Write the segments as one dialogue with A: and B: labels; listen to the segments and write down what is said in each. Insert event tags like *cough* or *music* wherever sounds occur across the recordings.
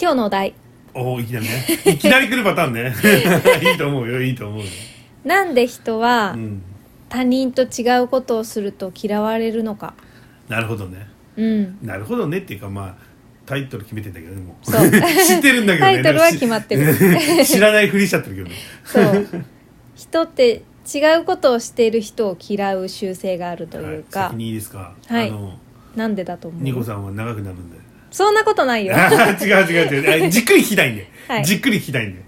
A: 今日のお題
B: おおいきなりね *laughs* いきなり来るパターンね *laughs* いいと思うよいいと思うよ、
A: なんで人は
B: うん、
A: 他人と違うことをすると嫌われるのか
B: なるほどね
A: うん
B: なるほどねっていうかまあタイトル決めてんだけどねもう
A: そう
B: *laughs* 知ってるんだけど
A: タ
B: ね
A: イトルは決まってる
B: *laughs* 知らないふりしちゃってるけどね
A: そう人って違うことをしている人を嫌う習性があるという
B: は
A: か、
B: 先にいいですか、
A: はい
B: あの
A: なんでだと
B: ニ
A: 思う
B: コさんは長くなるんで
A: そんなこと
B: *laughs*
A: ないよ
B: 違う違う違うあじっくり聞きたいんで、
A: はい
B: じっくり聞きたいんで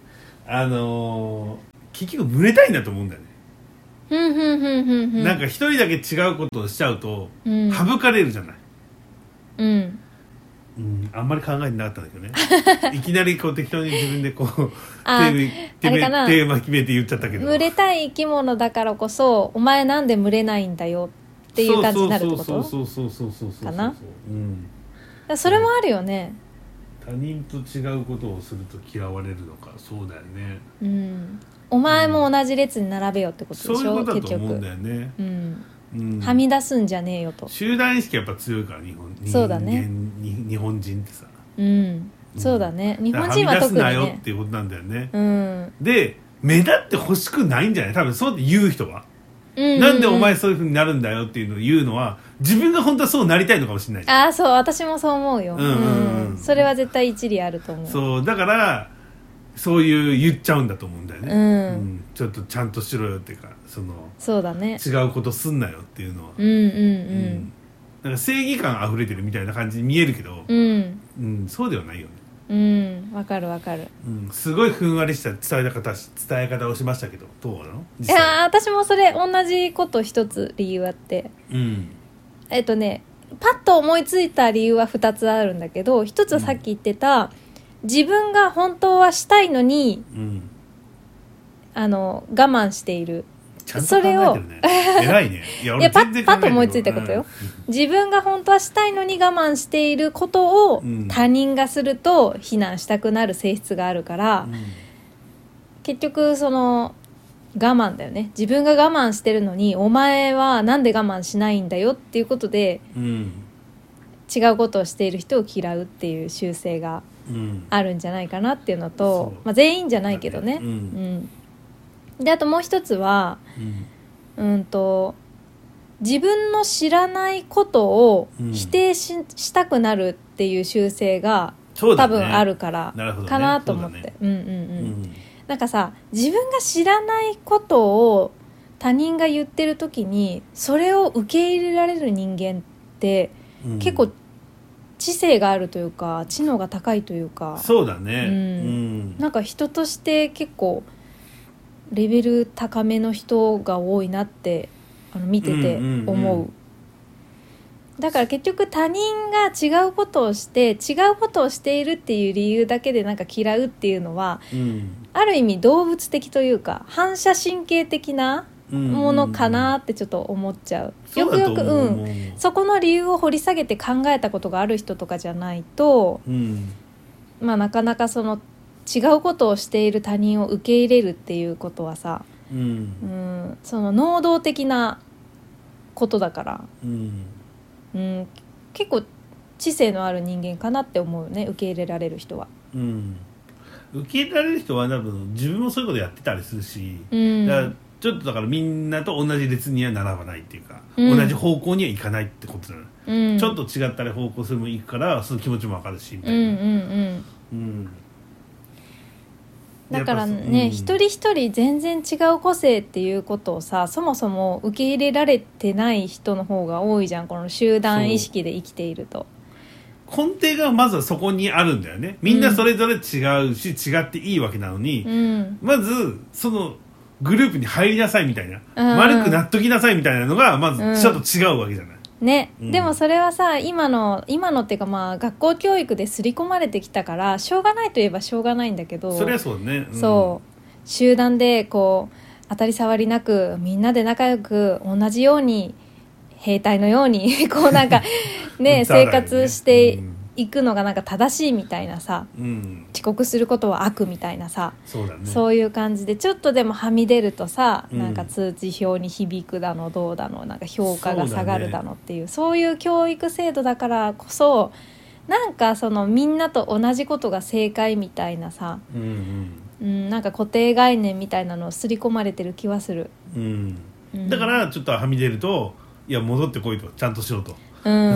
B: あのー結局群れたいんだと思うんだよね、
A: ふんふんふんふんふん
B: なんか一人だけ違うことをしちゃうと、
A: うん
B: 省かれるじゃない、
A: うん
B: うん、あんまり考えてなかったん
A: *laughs*
B: だけどねいきなりこう適当に自分でこう
A: あ
B: テーマテ
A: あれか
B: ーマ
A: な
B: テーマ決めて言っちゃったけど
A: 群れたい生き物だからこそお前なんで群れないんだよっていう感じになるってこと
B: そうそうそうそうそうそうそうそう
A: かな
B: うん、
A: それもあるよね
B: 他人と違うことをすると嫌われるのかそうだよね
A: うんお前も同じ列に並べよってことで
B: そう
A: し
B: いう
A: ょ
B: ことだ
A: 結
B: と思うんだ
A: 局
B: よね、
A: うん
B: うん、
A: はみ出すんじゃねえよと
B: 集団意識やっぱ強いから日本
A: そうだね
B: 人間に日本人ってさ
A: うん
B: うん
A: そうだね日
B: だ
A: 本
B: から
A: 人は
B: み出す
A: 特に
B: なよっ
A: ね
B: ていうことなんだよね、
A: うん
B: で目立ってほしくないんじゃない多分そうって言う人は、
A: う
B: なんでお前そういうふうになるんだよっていうのを言うのは自分が本当はそうなりたいのかもしれないじゃん
A: ああそう私もそう思うよ、
B: うんうんうん
A: それは絶対一理あると思う
B: そうだからそういう言っちゃうんだと思うんだよね、
A: うん
B: ちょっとちゃんとしろよっていうかその
A: そうだね
B: 違うことすんなよっていうのは、
A: うんうん
B: うんなんか正義感あふれてるみたいな感じに見えるけど
A: う、んうん
B: うんそうではないよね、
A: うんわかるわかる
B: うん、すごいふんわりした伝え方し伝え方をしましたけどどうなの実
A: い
B: 際
A: やー私もそれ同じこと一つ理由あって
B: うん
A: えっとねパッと思いついた理由は2つあるんだけど1つはさっき言ってた、自分が本当はしたいのに
B: うん
A: あの我慢している
B: ちゃんと考えてるね偉いねいや
A: いやパ
B: 全然
A: ッ
B: 考
A: パ
B: え
A: ッと思いついたことよ、自分が本当はしたいのに我慢していることを
B: うん
A: 他人がすると非難したくなる性質があるから、
B: うん
A: 結局その我慢だよね自分が我慢してるのにお前はなんで我慢しないんだよっていうことで
B: うん
A: 違うことをしている人を嫌うっていう習性が
B: うん
A: あるんじゃないかなっていうのと
B: そう
A: まあ、全員じゃないけどね。
B: うん
A: うんであともう一つは
B: うん
A: うんと自分の知らないことを
B: うん
A: 否定し,、したくなるっていう習性が
B: そうだ
A: 多
B: ね
A: 分あるから
B: なるほどね
A: かなと思って
B: そうだね
A: うんうんうん
B: うん
A: なんかさ自分が知らないことを他人が言ってる時にそれを受け入れられる人間って
B: うん
A: 結構知性があるというか知能が高いというか
B: そうだね
A: う
B: うんん
A: なんか人として結構レベル高めの人が多いなってあの見てて
B: うんうんうん
A: 思う,、だから結局他人が違うことをして違うことをしているっていう理由だけでなんか嫌うっていうのは
B: うん
A: ある意味動物的というか反射神経的な
B: うん
A: ものかなってちょっと思っちゃう。
B: そうだと
A: よくよく
B: 思う
A: うんそこの理由を掘り下げて考えたことがある人とかじゃないと
B: うん
A: まあ、なかなかその違うことをしている他人を受け入れるっていうことはさ、
B: う
A: うんん、その能動的なことだから、
B: うん
A: うん、結構知性のある人間かなって思うよね受け入れられる人は。
B: うん受け入れられる人は多分自分もそういうことやってたりするし、
A: うん
B: だからちょっとだからみんなと同じ列には並ばないっていうか、
A: うん
B: 同じ方向にはいかないってことだね、
A: うん、
B: ちょっと違ったり方向性もいくからその気持ちもわかるしみ
A: う
B: た
A: ん
B: い
A: うん
B: な、
A: うん
B: うん
A: だから
B: や
A: ね、
B: っぱそ
A: 一人一人全然違う個性っていうことをさそもそも受け入れられてない人の方が多いじゃんこの集団意識で生きていると。
B: うん根底がまずはそこにあるんだよねみんなそれぞれ違うし、違っていいわけなのに、
A: うん
B: まずそのグループに入りなさいみたいな、
A: うん
B: 悪くなっときなさいみたいなのがまずちょっと違うわけじゃない、
A: ね、
B: うん
A: でもそれはさ今の今のっていうかまあ学校教育で刷り込まれてきたからしょうがないといえばしょうがないんだけど
B: それはそうだね、うん
A: そう集団でこう当たり障りなくみんなで仲良く同じように兵隊のように *laughs* こうなん
B: *laughs*
A: かね
B: うん
A: 生活して
B: うん
A: いくのがなんか正しいみたいなさ
B: うん
A: 遅刻することは悪みたいなさ、
B: そうだね
A: そういう感じでちょっとでもはみ出るとさ、
B: うん
A: なんか通知表に響くだのどうだのなんか評価が下がるだ
B: そうだ
A: のっていうそう,、いう教育制度だからこそなんかそのみんなと同じことが正解みたいなさ、
B: うん
A: うん、なんか固定概念みたいなのを刷り込まれてる気はする、
B: うん
A: う、
B: うんんだからちょっとはみ出るといや戻ってこいとちゃんとしろと
A: うん、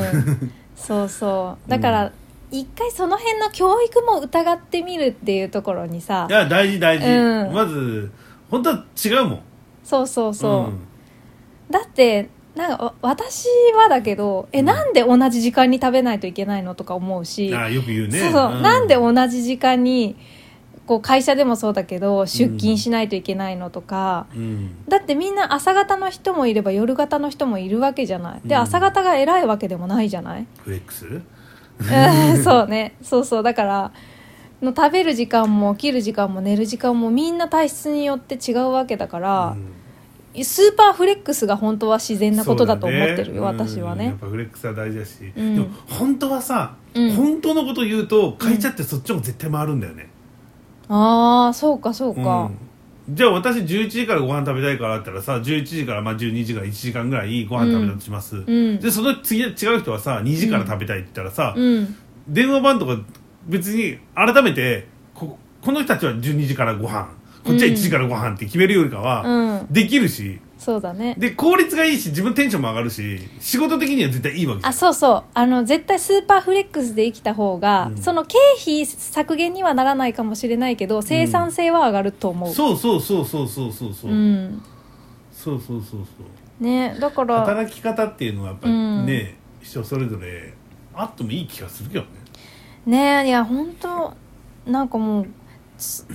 A: そうそうだから、一回その辺の教育も疑ってみるっていうところにさ
B: いや大事大事、
A: うん
B: まず本当は違うもん
A: そうそうそう、だってなんかわ私はだけどえ、
B: うん
A: なんで同じ時間に食べないといけないのとか思うし、
B: ん、あよく言うね
A: そうそう、なんで
B: う
A: 同じ時間にこう会社でもそうだけど出勤しないといけないのとか、
B: うん
A: だってみんな朝方の人もいれば夜型の人もいるわけじゃないで、
B: うん
A: 朝方が偉いわけでもないじゃ
B: *laughs*
A: ない、
B: フレックス
A: うんそうねそうそうだからの食べる時間も起きる時間も寝る時間もみんな体質によって違うわけだから
B: う、ん
A: スーパーフレックスが本当は自然なことだと思ってるよ、
B: そうだね
A: 私は
B: うんや
A: ね
B: っぱフレックスは大事だし、
A: うん
B: でも本当はさ、
A: うん
B: 本当のこと言うと会社ってそっちも絶対回るんだよね、
A: ああそうかそう
B: うん
A: か、
B: じゃあ私11時からご飯食べたいからだったらさ11時からまあ12時から1時間ぐらいご飯食べたとします、
A: ん
B: でその次違う人はさ2時から食べたいって言ったらさ、
A: うん
B: 電話番とか別に改めてここの人たちは12時からご飯こっちは1時からご飯って決めるよりかは
A: うん
B: できるし、
A: そうだね
B: で効率がいいし自分テンションも上がるし仕事的には絶対いいわけじゃん
A: あそうそうあの絶対スーパーフレックスで生きた方が、
B: うん
A: その経費削減にはならないかもしれないけど生産性は上がると思う
B: そうそうそうそうそうそうそうう、
A: ん、
B: そうそうそうそう
A: ねだから
B: 働き方っていうのはやっぱり
A: うん
B: ね、人それぞれあってもいい気がするけどね
A: ねいや本当なんかもうす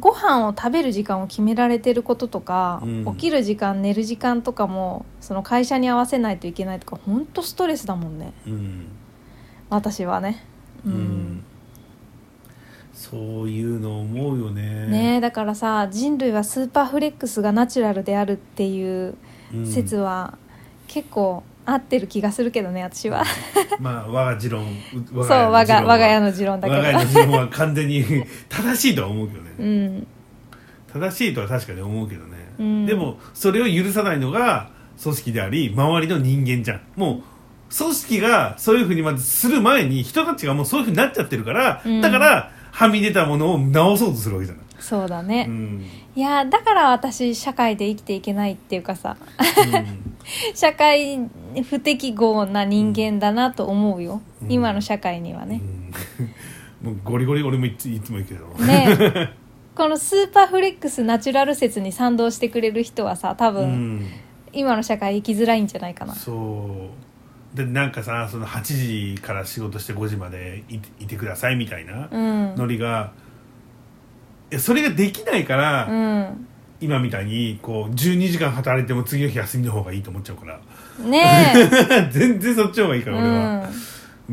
A: ご飯を食べる時間を決められてることとか、
B: うん
A: 起きる時間寝る時間とかもその会社に合わせないといけないとか本当ストレスだもんね
B: うん、
A: 私はね。
B: うんそういうの思うよね
A: ねえだからさ人類はスーパーフレックスがナチュラルであるっていう
B: うん
A: 説は結構合ってる気がするけどね私は
B: まあ我が持論う
A: *laughs* そう我が我が家
B: の
A: の持論だ
B: 我が
A: けど
B: 家の持論は完全に正しいとは思うけどね、
A: うん
B: 正しいとは確かに思うけどね、
A: うん
B: でもそれを許さないのが組織であり周りの人間じゃんもう組織がそういうふうにまずする前に人たちがもうそういうふうになっちゃってるから、
A: うん
B: だからはみ出たものを直そうとするわけじゃない、
A: そうだね、
B: うん
A: いやだから私社会で生きていけないっていうかさ
B: うん
A: 社会不適合な人間だなと思うよ、
B: うん
A: 今の社会には *laughs* ね、
B: うん *laughs* もうゴリゴリ俺もいついつも言うけど、
A: ねえ
B: *laughs*
A: このスーパーフレックスナチュラル説に賛同してくれる人はさ多
B: う
A: 分
B: ん、
A: 今の社会生きづらいんじゃないかな、
B: そうでなんかさその8時から仕事して5時までいいてくださいみたいな
A: うん
B: ノリが、いやそれができないから、
A: うん
B: 今みたいにこう12時間働いても次の日休みの方がいいと思っちゃうから
A: *laughs* ね
B: 全然そっちの方がいい
A: え、
B: か
A: う
B: ら *laughs* 俺
A: ん、
B: は、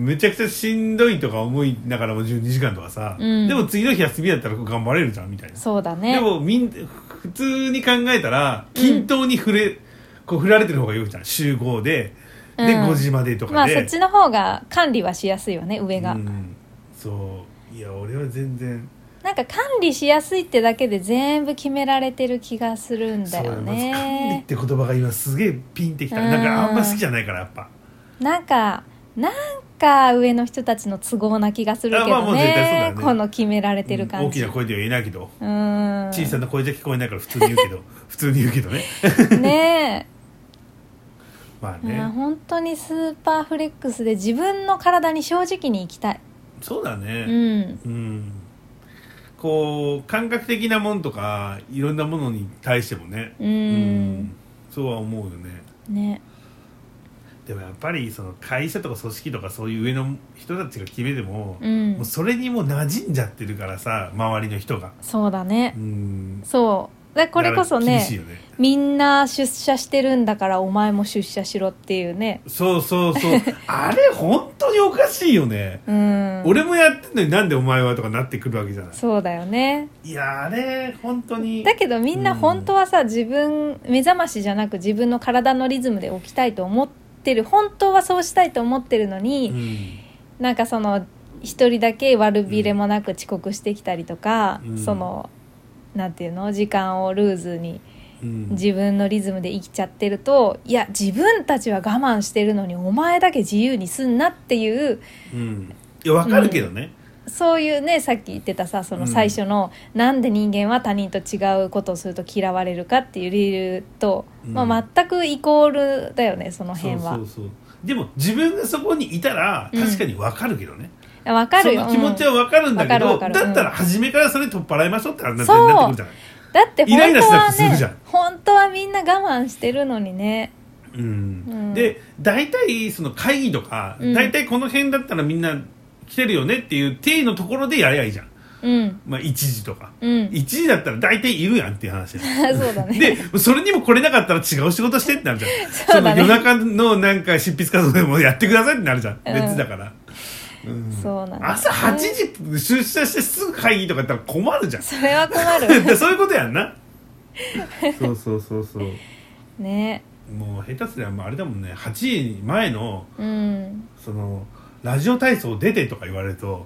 B: めちゃくちゃしんどいとか思いながらも12時間とかさ、
A: うん
B: でも次の日休みだったら頑張れるじゃんみたいな、
A: そうだね
B: でもみん普通に考えたら均等に振れ、こう振られてる方がよいじゃん週5でで、
A: うん
B: 5時までと
A: ま
B: か
A: あ
B: で、
A: そっちの方が管理はしやすいよね上が、
B: うん、そういや俺は全然
A: なんか管理しやすいってだけで全部決められてる気がするんだよ
B: そうまず管理っ
A: ね
B: て言葉が今すげえピンってきた、
A: うん
B: なんかあんま好きじゃないからやっぱ。
A: なんかなんか上の人たちの都合な気がするけ
B: あまあも
A: ど
B: う絶対そうだ
A: ね
B: よね
A: この決められてる
B: うん
A: 感
B: 大き
A: じ、う
B: な声では言えないけど、
A: ん、
B: 小さな声じゃ聞こえないから普通に言うけ
A: *laughs*
B: ど普通に言うけどね
A: ね
B: まあ
A: え、
B: *laughs* ね、
A: うん本当にスーパーフレックスで自分の体に正直に生きたい、
B: そうだ
A: う
B: ね
A: ん、
B: うん、こう感覚的なもんとかいろんなものに対してもね
A: うん
B: そうは思うよね
A: ね
B: でもやっぱりその会社とか組織とかそういう上の人たちが決めても,、
A: うん
B: もうそれにもう馴染んじゃってるからさ周りの人が
A: そうだね
B: う、ん
A: そうでこれこそ
B: だから
A: ね
B: 厳しいよね
A: みんな出社してるんだからお前も出社しろっていうね
B: そうそ
A: *laughs*
B: うそうあれ本当におかしいよね
A: うん
B: 俺もやってんのになんでお前はとかなってくるわけじゃない
A: そうだよね
B: いやあれ本当に
A: だけどみんな本当はさ、自分目覚ましじゃなく自分の体のリズムで起きたいと思ってる本当はそうしたいと思ってるの
B: う
A: に、
B: ん
A: なんかその一人だけ悪びれもなく遅刻してきたりとか、
B: うん
A: そのなんていうの時間をルーズに
B: うん
A: 自分のリズムで生きちゃってるといや自分たちは我慢してるのにお前だけ自由にすんなっていう
B: うんいやわかるけどね、
A: そういうねさっき言ってたさそうの
B: ん
A: 最初の、なんで人間は他人と違うことをすると嫌われるかっていう理由と、
B: うん
A: まあ、全くイコールだよねその辺は
B: そうそうそうでも自分がそこにいたら
A: うん
B: 確かにわかるけどね、
A: わか
B: そ
A: る
B: の
A: よ
B: 気持ちは
A: うん
B: わかるんだけど、
A: わかるわかる
B: だったら
A: う
B: 初めからそれ取っ払いましょうって話にな
A: そう
B: なってくる
A: だって
B: イライ
A: 本
B: ラ
A: 当
B: し
A: は
B: たりするじゃん
A: ね本当はみんな我慢してるのにね
B: じゃん、うん
A: うん
B: で大体その会議とか、
A: うん
B: 大体この辺だったらみんな来てるよねっていう体のところでやりゃいいじゃん、
A: うん
B: まあ、1時とか、
A: うん
B: 1時だったら大体いるやんっていう話だ
A: *laughs*
B: よ
A: そうだね
B: でそれにも来れなかったら違う仕事してってなるじゃん
A: *laughs* そうだね
B: の夜中のなんか執筆活動でもやってくださいってなるじゃん、
A: うん
B: 別だから、うん
A: そうなんだ
B: 朝8時出社してすぐ会議とかやったら困るじゃ
A: *laughs*
B: ん
A: それは困る
B: *laughs* そういうことやんなそうそうそうそう
A: ね
B: もう下手すりゃもうあれだもんね8時前の
A: うん
B: そのラジオ体操出てとか言われると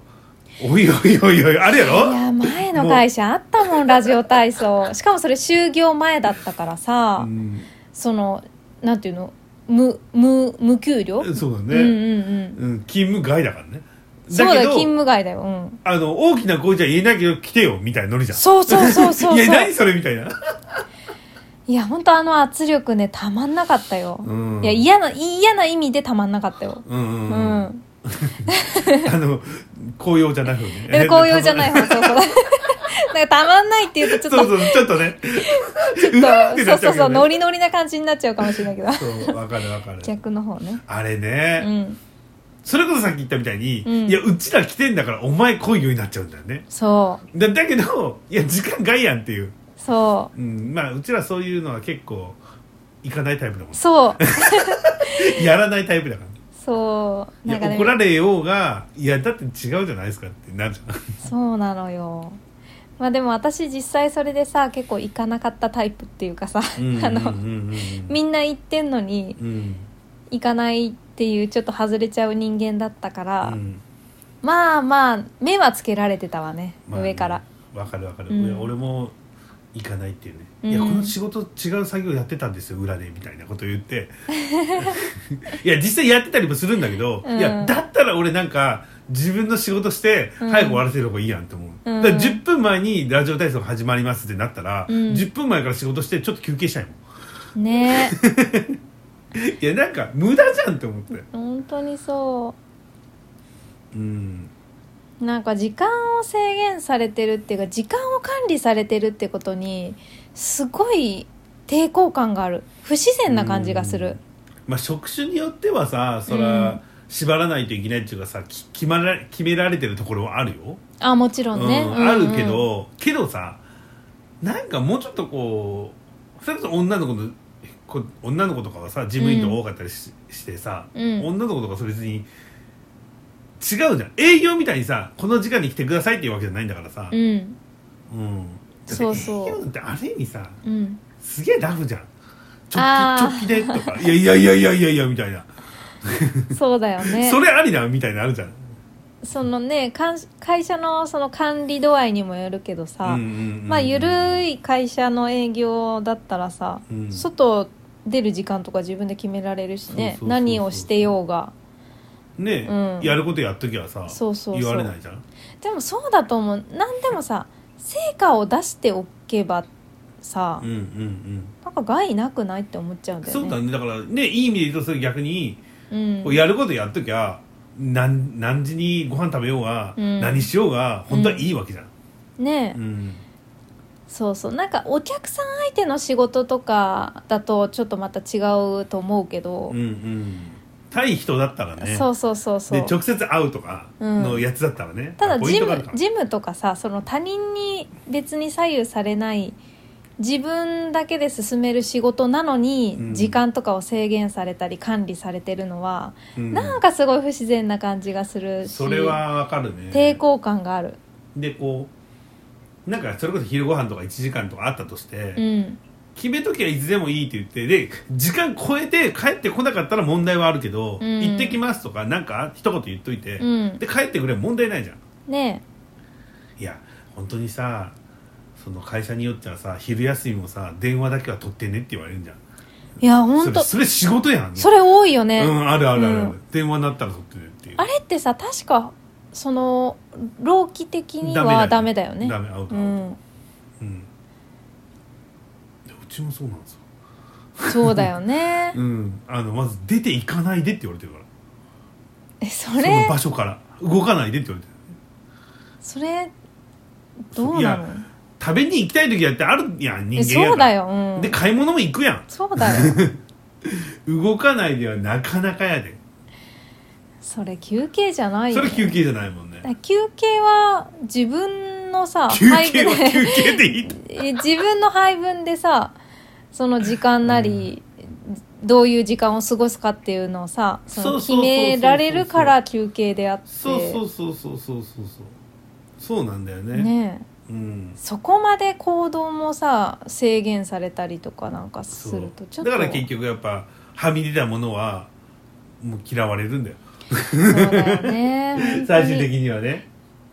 B: おいおいおいおいあれや
A: い
B: ろ
A: や前の会社あったもんラジオ体操しかもそれ就業前だったからさ、
B: うん
A: そのなんていうの無無無給料、
B: そうだ
A: うんうん
B: ね、
A: うん
B: うん、勤務外だからね
A: そうだ
B: け
A: よ
B: ど
A: 勤務外だよ、うん、
B: あの大きな声じゃ言えないけど来てよみたいなノリじゃん
A: そうそうそうそうそう
B: *laughs* いや何それみたいな
A: いや本当あの圧力ねたまんなかったよ、
B: うん
A: いや嫌な嫌な意味でたまんなかったよ
B: うんうん
A: う、
B: うんんあの紅葉じゃなくね
A: で紅葉じゃない
B: ち
A: 本当そうだ *laughs* なんかたまんないっていうとちょ
B: ょ
A: っ
B: っ
A: と
B: とちょっとね
A: ちょっ
B: うわーって
A: とそう
B: なっち
A: そ
B: ゃ
A: ううそ
B: けど
A: う
B: ね
A: ノリノリな感じになっちゃうかもしれないけど
B: そうわかるわかる
A: 逆の方ね
B: あれ
A: う
B: ね、
A: ん
B: それこそさっき言ったみたいに、
A: うん
B: いやうちら来てんだからお前来いよになっちゃうんだよね
A: そう
B: だだけどいや時間外やんっていう、
A: そ
B: うん、まあうちらそういうのは結構行かないタイプだ
A: *laughs*
B: も
A: うそう
B: *laughs* んやらないタイプだから
A: そうなん
B: い
A: か
B: や
A: ね
B: 怒られようがいやだって違うじゃないですかってなるじゃん
A: そうなのよまあでも私実際それでさ結構行かなかったタイプっていうかさ、 *laughs* あのみんな行ってんのに
B: うん
A: 行かないっていうちょっと外れちゃう人間だったか
B: う
A: ら、
B: ん
A: まあまあ目はつけられてたわね、
B: まあね
A: 上から
B: わかるわかる、
A: うん
B: いや俺も行かないっていうね、
A: うん
B: いやこの仕事違う作業やってたんですよ裏でみたいなこと言って *laughs* いや実際やってたりもするんだけど、
A: うん
B: いやだったら俺なんか自分の仕事して
A: うん
B: 早く終わらせる方がいいやんって思う、
A: うん
B: だから10分前にラジオ体操始まりますってなったら、
A: うん
B: 10分前から仕事してちょっと休憩したいもん *laughs*
A: ね
B: いやなんか無駄じゃんって思って
A: 本当にそ
B: うん
A: うなんか時間を制限されてるっていうか時間を管理されてるってことにすごい抵抗感がある不自然な感じがする、
B: まあ職種によってはさそ
A: うん
B: ら縛らないといけないっていうかさき決まら決められてるところはあるよ
A: あもちろんね、
B: うん
A: うんうん
B: あるけどけどさなんかもうちょっとこうそれこそ女の子のこ女の子とかはさ事務員とか多かったりし,、してさ、
A: うん
B: 女の子とかそれ別に違うじゃん営業みたいにさこの時間に来てくださいっていうわけじゃないんだからさ、
A: うん
B: うん
A: そうそう
B: だって営業ってある意味さ
A: うん
B: すげえラフじゃん
A: あー
B: 直帰直帰でとかいやいやいやいやいやいやみたいな、
A: そうだよね
B: それありなみたいなのあるじゃん
A: そのねかん会社のその管理度合いにもよるけどさ、
B: うんうんうんうん
A: まあゆるい会社の営業だったらさ、
B: うん
A: 外出る時間とか自分で決められるしね
B: そうそうそうそう
A: 何をしてようが
B: ね、
A: うん
B: やることやっときゃさ
A: そうそうそう
B: 言われないじゃん
A: でもそうだと思う何でもさ成果を出しておけばさ、
B: うんうんうん
A: なんか害なくないって思っちゃうんだよね
B: そうだねだからねいい意味で言うとそれ逆に、
A: うん
B: こうやることやっときゃなん何時にご飯食べようが、
A: うん
B: 何しようが本当はいいわけじゃん、
A: ねえ、
B: うん
A: そうそうなんかお客さん相手の仕事とかだとちょっとまた違うと思うけど
B: うん、うん対人だったらね
A: そうそうそうそう
B: で直接会うとかのやつだったらね、
A: ただ
B: ポイン
A: ジ
B: トがあ
A: ム
B: るから
A: ジムとかさその他人に別に左右されない自分だけで進める仕事なのに、
B: うん
A: 時間とかを制限されたり管理されてるのは、
B: うん
A: なんかすごい不自然な感じがするし
B: それはわかるね
A: 抵抗感がある、
B: でこうなんかそれこそ昼ご飯とか1時間とかあったとして、
A: うん、
B: 決めときゃいつでもいいって言ってで時間超えて帰ってこなかったら問題はあるけど、
A: うん
B: 行ってきますとかなんか一言言っといて、
A: うん
B: で帰ってくれば問題ないじゃん
A: ね
B: いや本当にさその会社によってはさ昼休みもさ電話だけは取ってねって言われるんじゃん
A: えいやほん
B: それ
A: と
B: それ仕事やん
A: それ多いよね、
B: うんあるあるある、
A: うん
B: 電話になったら取ってねっていう
A: あれってさ確かその老期的にはダメだよね
B: ダメアウト
A: う
B: アウト、うん
A: ん、
B: でうちもそうなんですよ、
A: そうだよね、
B: うん、あのまず出ていかないでって言われてるから
A: えそ
B: その
A: れ
B: 場所から動かないでって言われてる
A: それどうなの
B: い食べに行きたい時だってあるやん人間
A: え
B: やから
A: そうだよ、うん、
B: で買い物も行くやん
A: そうだよ
B: 動かないではなかなかやで
A: それ休憩じゃない
B: そ
A: よ
B: れ休憩じゃないもんね
A: だから休憩は自分のさ
B: 休憩は
A: 配分
B: 休憩で
A: *laughs*
B: いいと
A: え自分の配分でさその時間なり、どういう時間を過ごすかっていうのをさその
B: そ
A: 決
B: うそうそうそう
A: められるから休憩であって
B: そうそうそうそうそうそうそうそうなんだよね
A: ねえ
B: うん
A: そこまで行動もさ制限されたりとかなんかするとち
B: そ
A: ょっと
B: うだから結局やっぱはみ出たものはもう嫌われるんだよ
A: そうだよね本当に
B: 最終的にはね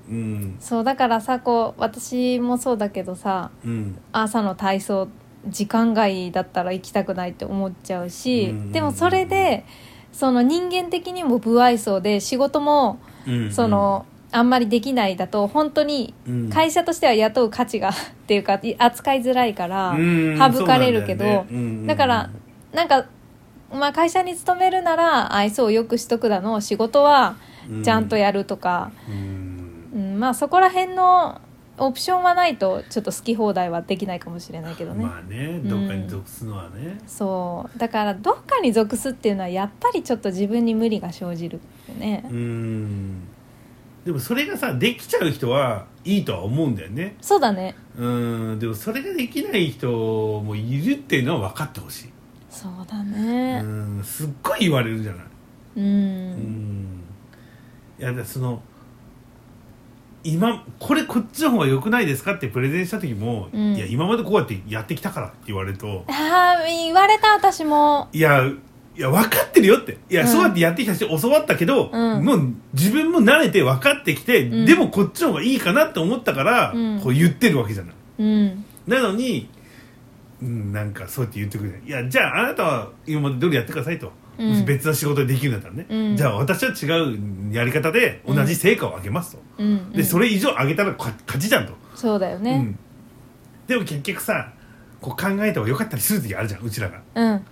B: うん
A: そうだからさこう私もそうだけどさ
B: うん
A: 朝の体操時間外だったら行きたくないって思っちゃうし、
B: うんうんうん
A: でもそれでその人間的にも不愛想で仕事も
B: うん
A: その、あんまりできないだと本当に
B: うん
A: 会社としては雇う価値が *laughs* っていうかい扱いづらいから、
B: うん
A: 省かれるけど
B: そうなんだよねうんうん
A: だからなんか、まあ、会社に勤めるなら愛想をよくしとくだの仕事は
B: う
A: ちゃんとやるとか、
B: うん
A: うんまあそこら辺のオプションはないとちょっと好き放題はできないかもしれないけどね。
B: まあねどっかに属すのはね
A: そうだからどっかに属すっていうのはやっぱりちょっと自分に無理が生じるよね、
B: うんでもそれがさできちゃう人はいいとは思うんだよね
A: そうだね
B: うんでもそれができない人もいるっていうのは分かってほしい
A: そうだ
B: う
A: ね
B: んすっごい言われるじゃない
A: うん、
B: うんいやだからその今これこっちの方が良くないですかってプレゼンした時も、
A: うん
B: いや今までこうやってやってきたからって言われると
A: ああ言われた私も
B: いやいや分かってるよっていや、
A: うん
B: そうやってやってきたし教わったけど、
A: うん
B: もう自分も慣れて分かってきて、
A: うん
B: でもこっちの方がいいかなって思ったから、
A: うん
B: こう言ってるわけじゃない
A: うん
B: なのに、うん、なんかそうやって言ってくれないいやじゃああなたは今まで通りやってくださいと、
A: うん
B: もし別の仕事でできるんだったらね、
A: うん
B: じゃあ私は違うやり方で同じ成果を上げますと、
A: うん、うん、
B: でそれ以上上げたらか勝ちじゃんと、
A: そうだよ
B: う
A: ね
B: ん、でも結局さこう考えた方が良かったりする時あるじゃんうちらが
A: うん、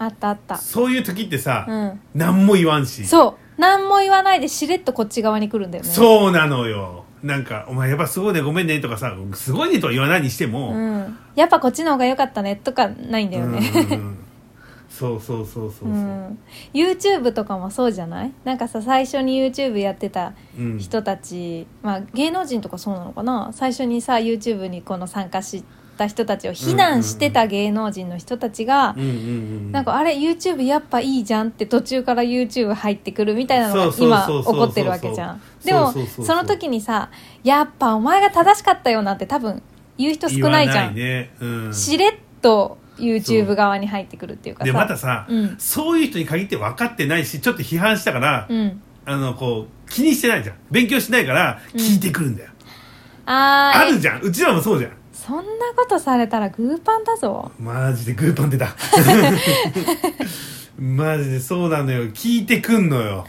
A: あったあった
B: そういう時ってさ、
A: うん
B: 何も言わんし
A: そう何も言わないでしれっとこっち側に来るんだよねう
B: そうなのよなんか「お前やっぱすごいねごめんね」とかさ「すごいね」とは言わないにしても、
A: ん、やっぱこっちの方が良かったねとかないんだよね、
B: うんうんうんそうそうそうそうそうう、
A: ん、YouTube とかもそうじゃないなんかさ最初に YouTube やってた
B: うん
A: 人たち、まあ、芸能人とかそうなのかな最初にさ YouTube にこの参加した人たちを非難してた芸能人の人たちが、
B: うんうんうん、
A: なんかあれ YouTube やっぱいいじゃんって途中から YouTube 入ってくるみたいなのが
B: そう
A: 今
B: そう
A: 起
B: そうそうそう
A: こってるわけじゃんで
B: そ
A: も
B: うそうそうそう
A: その時にさやっぱお前が正しかったよなんて多分言う人少ないじゃ
B: 言わ
A: ん、
B: ねうん、
A: しれっと
B: そう
A: YouTube 側に入ってくるっていうかさ
B: でまたさ、
A: うん
B: そういう人に限って分かってないしちょっと批判したから、
A: うん
B: あのこう気にしてないじゃん勉強しないから
A: うん
B: 聞いてくるんだよ、
A: あー
B: あ
A: え
B: るじゃんうちらもそうじゃん
A: そんなことされたらグーパンだぞ
B: マジでグーパン
A: *laughs*
B: 出たマジでそうなのよ聞いてくんのよ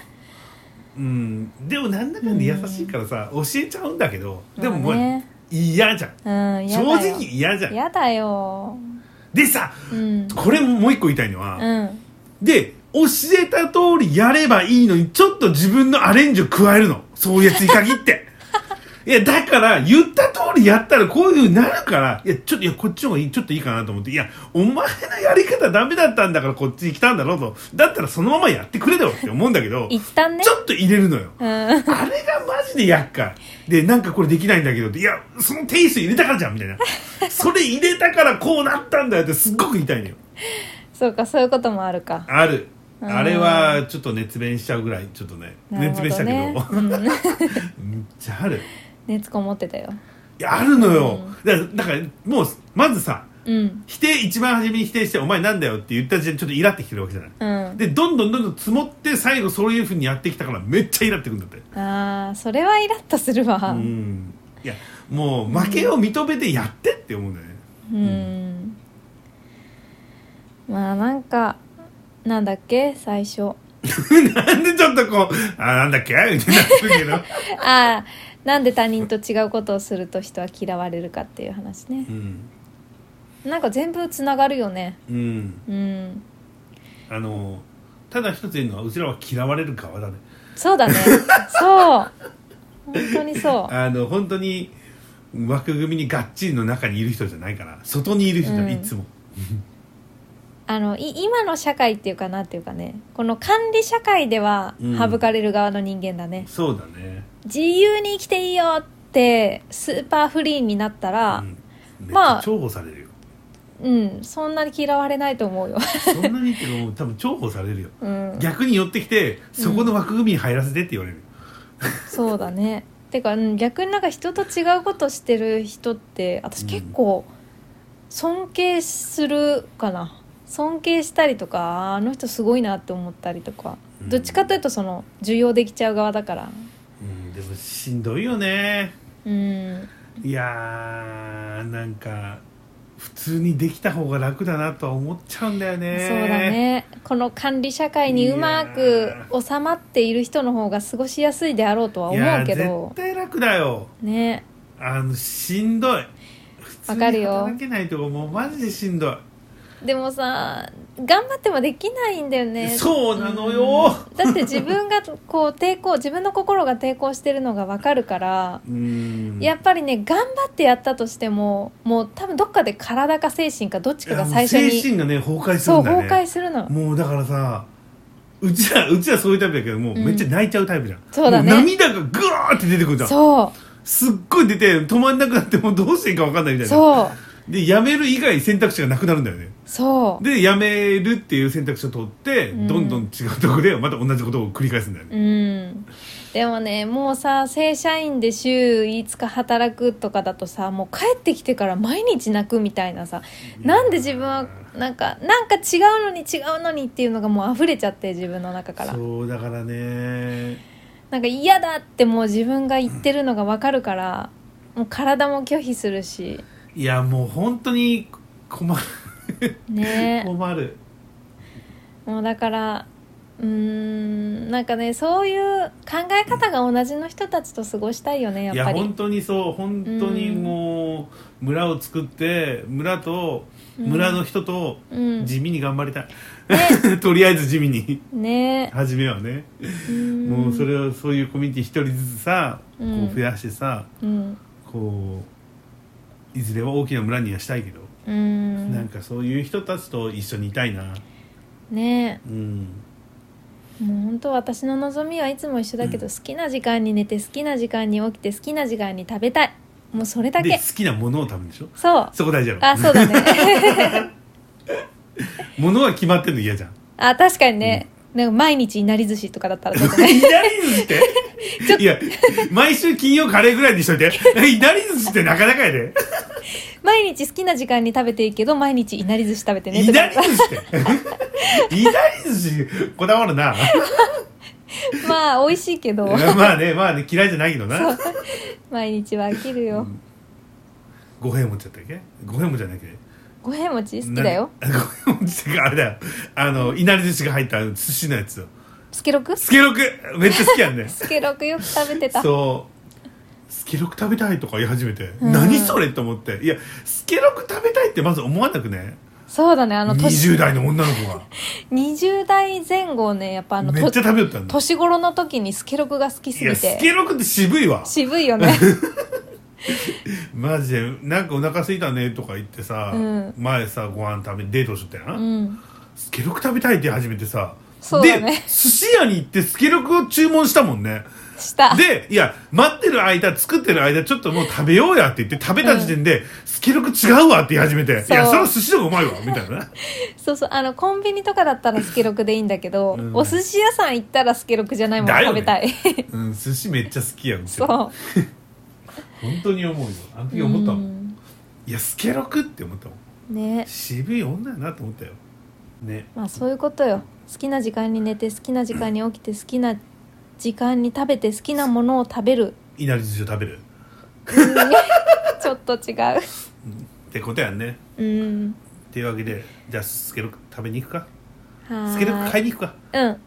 B: うんでもなんだかんだ優しいからさ、教えちゃうんだけどでももう
A: まあね
B: 嫌じゃん
A: うん
B: 正
A: やだよ
B: 直嫌 *laughs* じゃん
A: やだよ
B: でさ *laughs*
A: うん
B: これももう一個言いたいのは、
A: うん
B: で教えた通りやればいいのにちょっと自分のアレンジを加えるのそういうやつに限っていやだから言った通りやったらこういうふうになるからいやちょっといやこっちの方がいいちょっといいかなと思っていやお前のやり方ダメだったんだからこっちに来たんだろうとだったらそのままやってくれよって思うんだけど
A: 一旦ね
B: ちょっと入れるのよ
A: うん *laughs*
B: あれがマジで厄介。で、なんかこれできないんだけどって、いや、そのテイスト入れたからじゃんみたいな。それ入れたからこうなったんだよってすっごく言いたいのよ。
A: そうかそういうこともあるか
B: ある。
A: うん
B: あれはちょっと熱弁しちゃうぐらい、ちょっとね、
A: なる
B: *laughs* 熱
A: ほ
B: 弁し
A: ど
B: た
A: *laughs*
B: けど、
A: ねうん
B: めっちゃある。
A: 熱こもってたよ
B: いや、あるのよ
A: うん。
B: だから、だからもう、まずさ、
A: うん
B: 否定、一番初めに否定して、お前なんだよって言った時点でちょっとイラってきてるわけじゃない。
A: うん
B: で、どんどんどんどん積もって、最後そういうふうにやってきたから、めっちゃイラってくんだって。
A: あーそれはイラッとするわ
B: う
A: うん、
B: ん。いや、もう、負けを認めてやってって思うんだよね。
A: まあなんかなんだっけ最初
B: なんでちょっとこう、あ、なんだっけみたいになってるけ
A: *laughs*
B: ど。
A: ああなんで他人と違うことをすると人は嫌われるかっていう話ね
B: うん。
A: なんか全部つながるよね
B: うん。
A: うん
B: あの、ただ一つ言うのは、うちらは嫌われる側だね。
A: そう
B: *laughs*
A: だねそう本当にそ
B: あの、本当に、枠組みにがっちりの中にいる人じゃないから、外にいる人だ、
A: うん
B: いつも。
A: うあのい今の社会っていうかなっていうかねこの管理社会では
B: うん
A: 省かれる側の人間だね、
B: そうだね。
A: 自由に生きていいよってスーパーフリーになった
B: う
A: ら
B: ん。めっち
A: ま
B: ゃ
A: あ
B: 重宝されるよ。
A: うん、そんなに嫌われないと思うよ、 *laughs*
B: そんなにっていうか、多分重宝されるよ。
A: うん、
B: 逆に寄ってきて、そこの枠組みに入らせてって言われる。
A: そうだねてか、うん、逆になんか人と違うことしてる人って私
B: うん
A: 結構尊敬するかな、尊敬したりとかあの人すごいなって思ったりとか、
B: うん
A: どっちかというとその受容できちゃう側だから
B: うん、でもしんどいよね。
A: うん
B: いやーなんか普通にできた方が楽だなとは思っちゃうんだよ
A: そう
B: ね
A: だねこの管理社会にうまく収まっている人の方が過ごしやすいであろうとは思うけ
B: いやー絶
A: ど
B: 対楽だよ
A: ね
B: あのしんどい
A: わかるよ
B: 普通に働けないとかもうマジでしんどい
A: でもさ頑張ってもできないんだよね
B: そうなのよ
A: うんだって自分がこう抵抗自分の心が抵抗してるのが分かるから
B: うん
A: やっぱりね頑張ってやったとしてももう多分どっかで体か精神かどっちかが最初
B: いやもう精
A: に
B: 神がね崩壊す
A: そ
B: る
A: うん
B: だね
A: 崩壊するの
B: もうだからさうちらうちらそういうタイプだけどもう、
A: うん
B: めっちゃ泣いちゃうタイプじゃん
A: そうだね
B: も涙がグワーって出てくるじゃん
A: そ
B: すっごい出て止まんなくなってもうどうしていいか分かんないみ
A: う
B: たいな
A: そう
B: でやめる以外選択肢がなくなるんだよね
A: そう
B: でやめるっていう選択肢を取って、
A: うん
B: どんどん違うとこでまた同じことを繰り返すんだよね、
A: うんでもねもうさ正社員で週5日働くとかだとさもう帰ってきてから毎日泣くみたいなさなんで自分はなんかなんか違うのに違うのにっていうのがもう溢れちゃって自分の中から
B: そうだからね
A: なんか嫌だってもう自分が言ってるのが分かるからもう体も拒否するし
B: いやもう本当に困る *laughs*
A: ね
B: 困る
A: もうだからうーんなんかねそういう考え方が同じの人たちと過ごしたいよね
B: い
A: やっ
B: や
A: ぱり
B: 本当にそう本当に
A: うん
B: もう村を作って村と
A: うん
B: 村の人と
A: うん
B: 地味に頑張りたい、
A: ね
B: *laughs* とりあえず地味に
A: ね
B: 初めはね、
A: ん
B: もうそれをそういうコミュニティ一人ずつさこ
A: うん
B: う増やしてさ、
A: うん
B: こういずれは大きな村にはしたいけど、
A: う
B: なん
A: ん
B: かそういう人たちと一緒にいたいな
A: ね
B: うん
A: もう本当私の望みはいつも一緒だけど、好きな時間に寝て好きな時間に起きて好きな時間に食べたいもうそれだ
B: で
A: け
B: 好きなものを食べるんでしょ
A: そう
B: そこ大事やろ
A: あそうだ
B: *laughs*
A: ね
B: ものは決まってんの嫌じゃん
A: あ確かにね、なんか毎日いなり寿司とかだったらちょっとね
B: いなり寿司っていや毎週金曜カレーぐらいにしといていなり寿司ってなかなかやで
A: *laughs* 毎日好きな時間に食べていいけど毎日いなり寿司食べてね
B: い
A: と
B: な
A: か
B: り寿司っていなり寿司こだわるな
A: *laughs* まあ美味しいけど
B: まあねまあね嫌いじゃないけ
A: *laughs*
B: どな
A: 毎日は飽きるよ
B: 五平餅だったっけ五平餅じゃないっけ
A: 五平餅好きだよ
B: な五平餅ってかあれだよあのいなり寿司が入った寿司のやつ
A: スケロク
B: スケロクめっちゃ好きや
A: *laughs*
B: んね
A: スケロクよく食べてた
B: そうスケロク食べたいとか言い始めて、
A: うん
B: 何それと思っていやスケロク食べたいってまず思わなくね
A: そうだねあの年
B: 20代の女の子が
A: 20代前後ねやっぱあの
B: めっちゃ食べよったんだ
A: 年頃の時にスケロクが好きす
B: い
A: ぎ
B: やスケ
A: て
B: ロクって渋いわ
A: 渋いよ
B: *laughs*
A: ね
B: マジでなんかお腹すいたねとか言ってさ、
A: うん
B: 前さご飯食べデートしとったやん、
A: うん
B: スケロク食べたいって始めてさ
A: そうだね
B: で寿司屋に行ってスケロクを注文したもんね
A: した
B: でいや待ってる間作ってる間ちょっともう食べようやって言って食べた時点で、スケロク違うわって言い始めてい
A: そう
B: やそれは寿司の方がうまいわみたいな
A: そうそうあのコンビニとかだったらスケロクでいいんだけど、
B: うん
A: お寿司屋さん行ったらスケロクじゃないもの
B: だよ
A: 食
B: ね
A: べたい、
B: *laughs* うん、寿司めっちゃ好きやん
A: そう
B: 本当に思うよあの時思ったもん、
A: うん
B: いやスケロクって思ったもん
A: ね
B: 渋い女やなと思ったよね
A: まあそういうことよ好きな時間に寝て好きな時間に起きて好きな時間に食べて好きなものを食べる
B: いなり寿司を食べる
A: うんちょっと違
B: *laughs*
A: う
B: ってことやんね
A: うん
B: っていうわけでじゃあスケロク食べに行くか
A: はーい
B: スケルク買いに行くか
A: うん